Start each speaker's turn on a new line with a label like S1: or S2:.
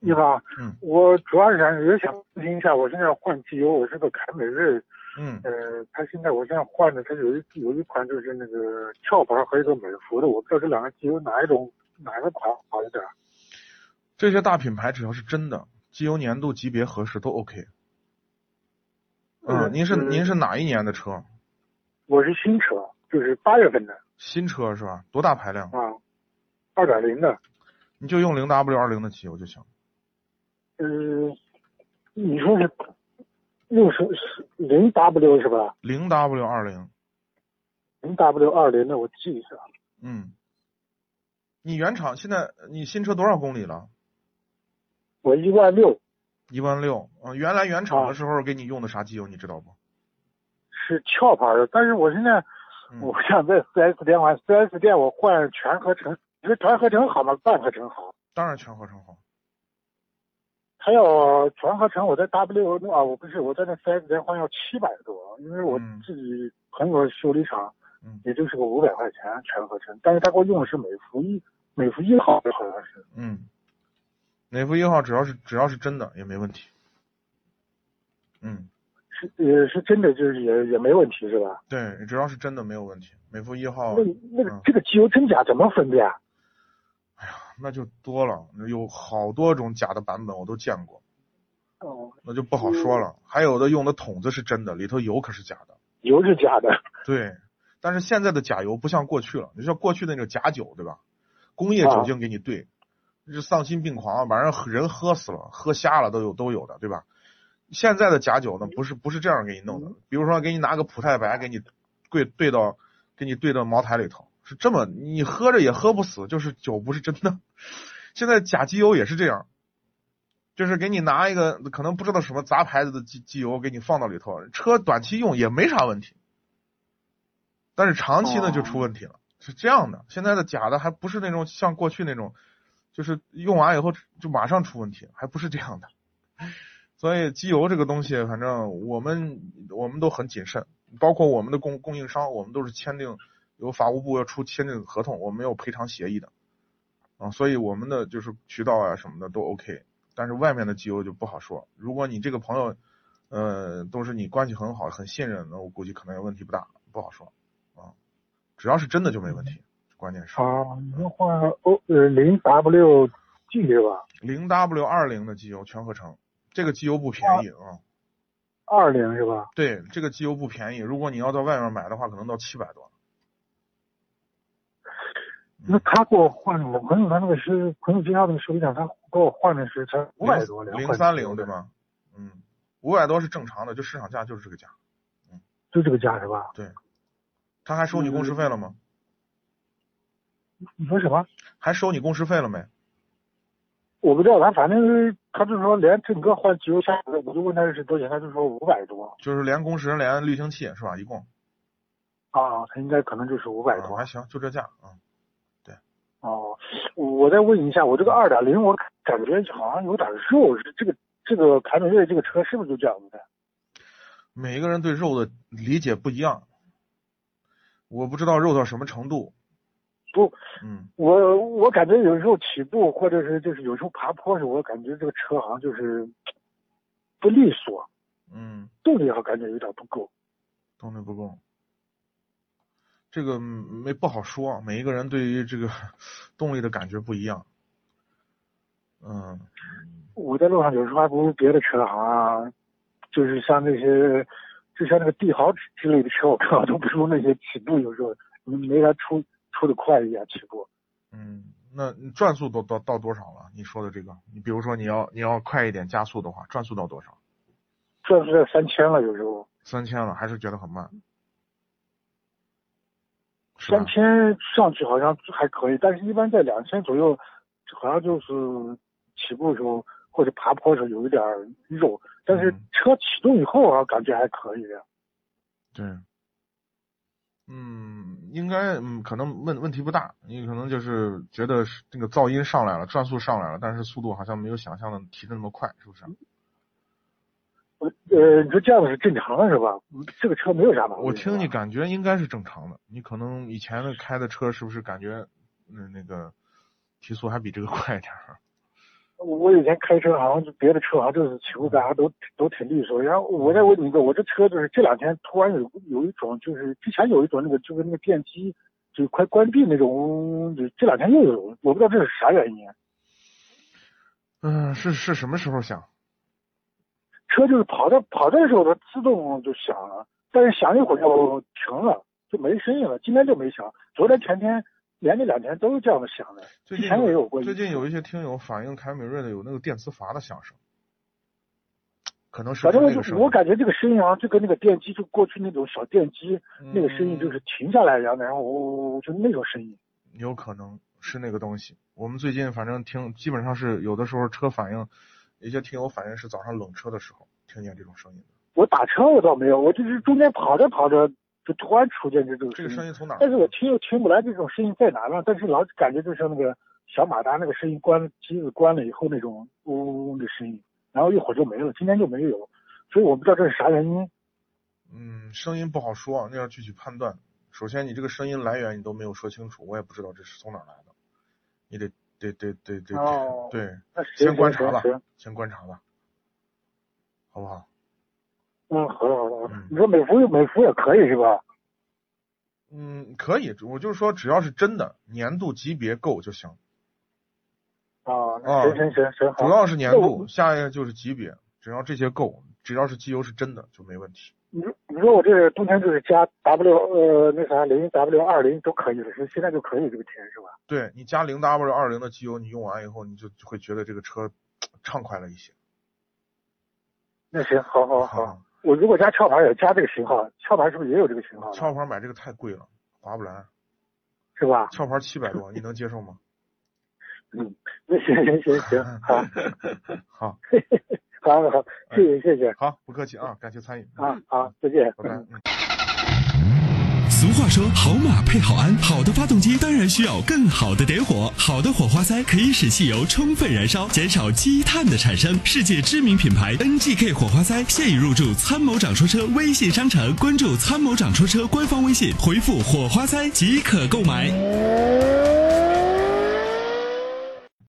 S1: 你好，
S2: 嗯
S1: 我主要想也想咨询一下，我现在换机油，我是个凯美瑞，
S2: 嗯
S1: 呃，它现在我现在换的，它有一有一款就是那个壳牌和一个美孚的，我不知道这两个机油哪一种哪个款好一点。
S2: 这些大品牌只要是真的，机油粘度级别合适都 OK。嗯，您是
S1: 嗯
S2: 您是哪一年的车？
S1: 我是新车，就是八月份的
S2: 新车是吧？多大排量？
S1: 啊，二点零的，
S2: 你就用零 W 二零的机油就行。
S1: 嗯，你说是六十零 W 是吧？
S2: 零 W 二零，
S1: 零 W 二零的，我记一下，
S2: 嗯。你原厂现在你新车多少公里了？
S1: 我一万六
S2: 一万六。嗯，原来原厂
S1: 啊
S2: 的时候给你用的啥机油，你知道不？
S1: 是壳牌的，但是我现在。
S2: 嗯，
S1: 我想在 4S 店玩，4S 店我换全合成，你说全合成好吗？半合成好。
S2: 当然全合成好。
S1: 还有全合成，我在 W 那啊，我不是我在那 4S 店换要七百多，因为我
S2: 嗯
S1: 自己朋友修理厂，
S2: 嗯
S1: 也就是个五百块钱全合成，但是他给我用的是美孚一，美孚一号好像是，
S2: 嗯，哪副一号只要是只要是真的也没问题。嗯。
S1: 是也是真的，就是也也没问题是吧？
S2: 对，只要是真的没有问题，美孚一号
S1: 那那个
S2: 嗯
S1: 这个机油真假怎么分辨？啊
S2: 那就多了，有好多种假的版本我都见过，
S1: 哦，
S2: 那就不好说了。还有的用的桶子是真的，里头油可是假的。
S1: 油是假的，
S2: 对，但是现在的假油不像过去了，你像过去那种假酒，对吧？工业酒精给你兑，这丧心病狂，啊把人人喝死了、喝瞎了都有都有的，对吧？现在的假酒呢，不是不是这样给你弄的，比如说给你拿个普太白给你兑兑到给你兑到茅台里头，是这么你喝着也喝不死，就是酒不是真的。 现在假机油也是这样，就是给你拿一个可能不知道什么杂牌子的机机油给你放到里头，车短期用也没啥问题，但是长期呢就出问题了。是这样的，现在的假的还不是那种像过去那种，就是用完以后就马上出问题，还不是这样的。 所以机油这个东西，反正我们我们都很谨慎，包括我们的供供应商，我们都是签订由法务部要出签订合同，我们有赔偿协议的啊，所以我们的就是渠道啊什么的都 OK，但是外面的机油就不好说。如果你这个朋友，呃，都是你关系很好、很信任，那我估计可能问题不大，不好说啊。只要是真的就没问题，关键是
S1: 啊，你要换欧呃零 W G 是吧？
S2: 零 W 二零的机油全合成，这个机油不便宜啊。
S1: 二零是吧？
S2: 对，这个机油不便宜，如果你要在外面买的话，可能到七百多。嗯
S1: 那他给我换的，我朋友他那个是朋友介绍的手机厂，他给我换的是才五百多两
S2: 零三零对？吗？嗯，五百多是正常的，就市场价就是这个价。
S1: 就这个价是吧？
S2: 他还
S1: 嗯
S2: 收你工时费了吗？
S1: 你说什么？
S2: 还收你工时费了没？
S1: 我不知道，他反正是他就说连整个换机油下来，我就问他是多少钱，他就说五百多
S2: 就是连工时连滤清器是吧？一共
S1: 啊，他应该可能就是五百
S2: 嗯
S1: 多
S2: 还行，就这价啊、嗯
S1: 哦。我再问一下，我这个二点零，我感觉好像有点肉，是这个这个凯美瑞这个车是不是就这样子的？
S2: 每个人对肉的理解不一样，我不知道肉到什么程度。
S1: 不，
S2: 嗯，
S1: 我我感觉有时候起步或者是就是有时候爬坡时，我感觉这个车好像就是不利索，
S2: 嗯，
S1: 动力好像感觉有点不够。
S2: 动力不够，这个嗯 没不好说，每一个人对于这个动力的感觉不一样。嗯
S1: 我在路上有时候还不如别的车行啊，就是像那些，就像那个帝豪之类的车，我看都不如那些起步有时候没啥出出的快一点起步。
S2: 嗯，那你转速都到到多少了？你说的这个，你比如说你要你要快一点加速的话，转速到多少？
S1: 转速在三千了，有时候
S2: 三千了，还是觉得很慢？是吧
S1: 嗯三千上去好像还可以，但是一般在两千左右，好像就是起步的时候或者爬坡的时候有一点儿肉，但是
S2: 嗯
S1: 车启动以后啊，感觉还可以的。
S2: 对，嗯，应该嗯，可能问问题不大，你可能就是觉得是那个噪音上来了，转速上来了，但是速度好像没有想象的提的那么快，是不啊是？
S1: 呃，你说这样是正常的是吧？嗯这个车没有啥毛病。
S2: 我听
S1: 是
S2: 你
S1: 吧
S2: 感觉应该是正常的，你可能以前的开的车是不是感觉嗯那个提速还比这个快一点儿？
S1: 我以前开车好像就别的车好像就是起步干啥都都挺利索。然后我再问你一个，我这车就是这两天突然有有一种就是之前有一种那个就跟那个电机就快关闭那种，就这两天又有，我不知道这是啥原因。
S2: 嗯，是是什么时候响？
S1: 车就是跑到跑到的时候它自动就响了，但是响一会儿就停了，就没声音了。今天就没响，昨天前天连着两天都是这样的响的。
S2: 最近
S1: 之前也有
S2: 有
S1: 过一
S2: 最近
S1: 次
S2: 有一些听友反映凯美瑞的有那个电磁阀的响声，可能是
S1: 反正
S2: 不
S1: 我
S2: 是那个
S1: 就
S2: 声
S1: 我
S2: 音
S1: 感觉这个声音好啊像就跟那个电机，就过去那种小电机，那个声音就
S2: 嗯
S1: 是停下来一样的，然后我就那种声音。
S2: 有可能是那个东西。我们最近反正听，基本上是有的时候车反应，一些听友反映是早上冷车的时候听见这种声音的。
S1: 我打车我倒没有，我就是中间跑着跑着就突然出现这种
S2: 这个声
S1: 音，
S2: 音从哪儿来
S1: 嗯但
S2: 的？
S1: 是我听又听不来这种声音在哪了，但是老感觉就像那个小马达那个声音关了机子关了以后那种嗡嗡嗡的声音，然后一会儿就没了，今天就没有，所以我不知道这是啥原因。
S2: 嗯，声音不好说，那要具体判断。首先，你这个声音来源你都没有说清楚，我也不知道这是从哪儿来的，你得得得得得、
S1: 哦
S2: 对，
S1: 那谁
S2: 先观察
S1: 谁
S2: 吧
S1: 谁谁，
S2: 先观察吧，好不好？
S1: 嗯，好的好的好的
S2: 嗯，
S1: 你说美孚美孚也可以是吧？
S2: 嗯，可以，我就说只要是真的年度级别够就行，
S1: 啊，
S2: 啊
S1: 那行行行行好
S2: 主。要是年
S1: 那
S2: 度，
S1: 我
S2: 下一个就是级别，只要这些够，只要是机油是真的就没问题。
S1: 你说你说我这冬天就是加 W 呃那啥零 W 二零都可以了，是现在就可以这个天是吧？
S2: 对你加零 W 二零的机油，你用完以后，你就就会觉得这个车畅快了一些。
S1: 那行，好好哦好，
S2: 啊，
S1: 我如果加壳牌也加这个型号，壳牌是不是也有这个型号？
S2: 壳牌买这个太贵了，划不来。
S1: 是吧？
S2: 壳牌七百多，你能接受吗？
S1: 那 行行行行，好，
S2: 好，
S1: 好好好，谢谢谢谢
S2: 好，不客气啊，感谢参与。
S1: 啊，好，再见。
S2: 拜拜。
S1: 嗯
S2: 嗯。
S3: 俗话说，好马配好鞍，好的发动机当然需要更好的点火。好的火花塞可以使汽油充分燃烧，减少积碳的产生。世界知名品牌 NGK 火花塞现已入驻参谋长说车微信商城，关注参谋长说车官方微信，回复“火花塞”即可购买。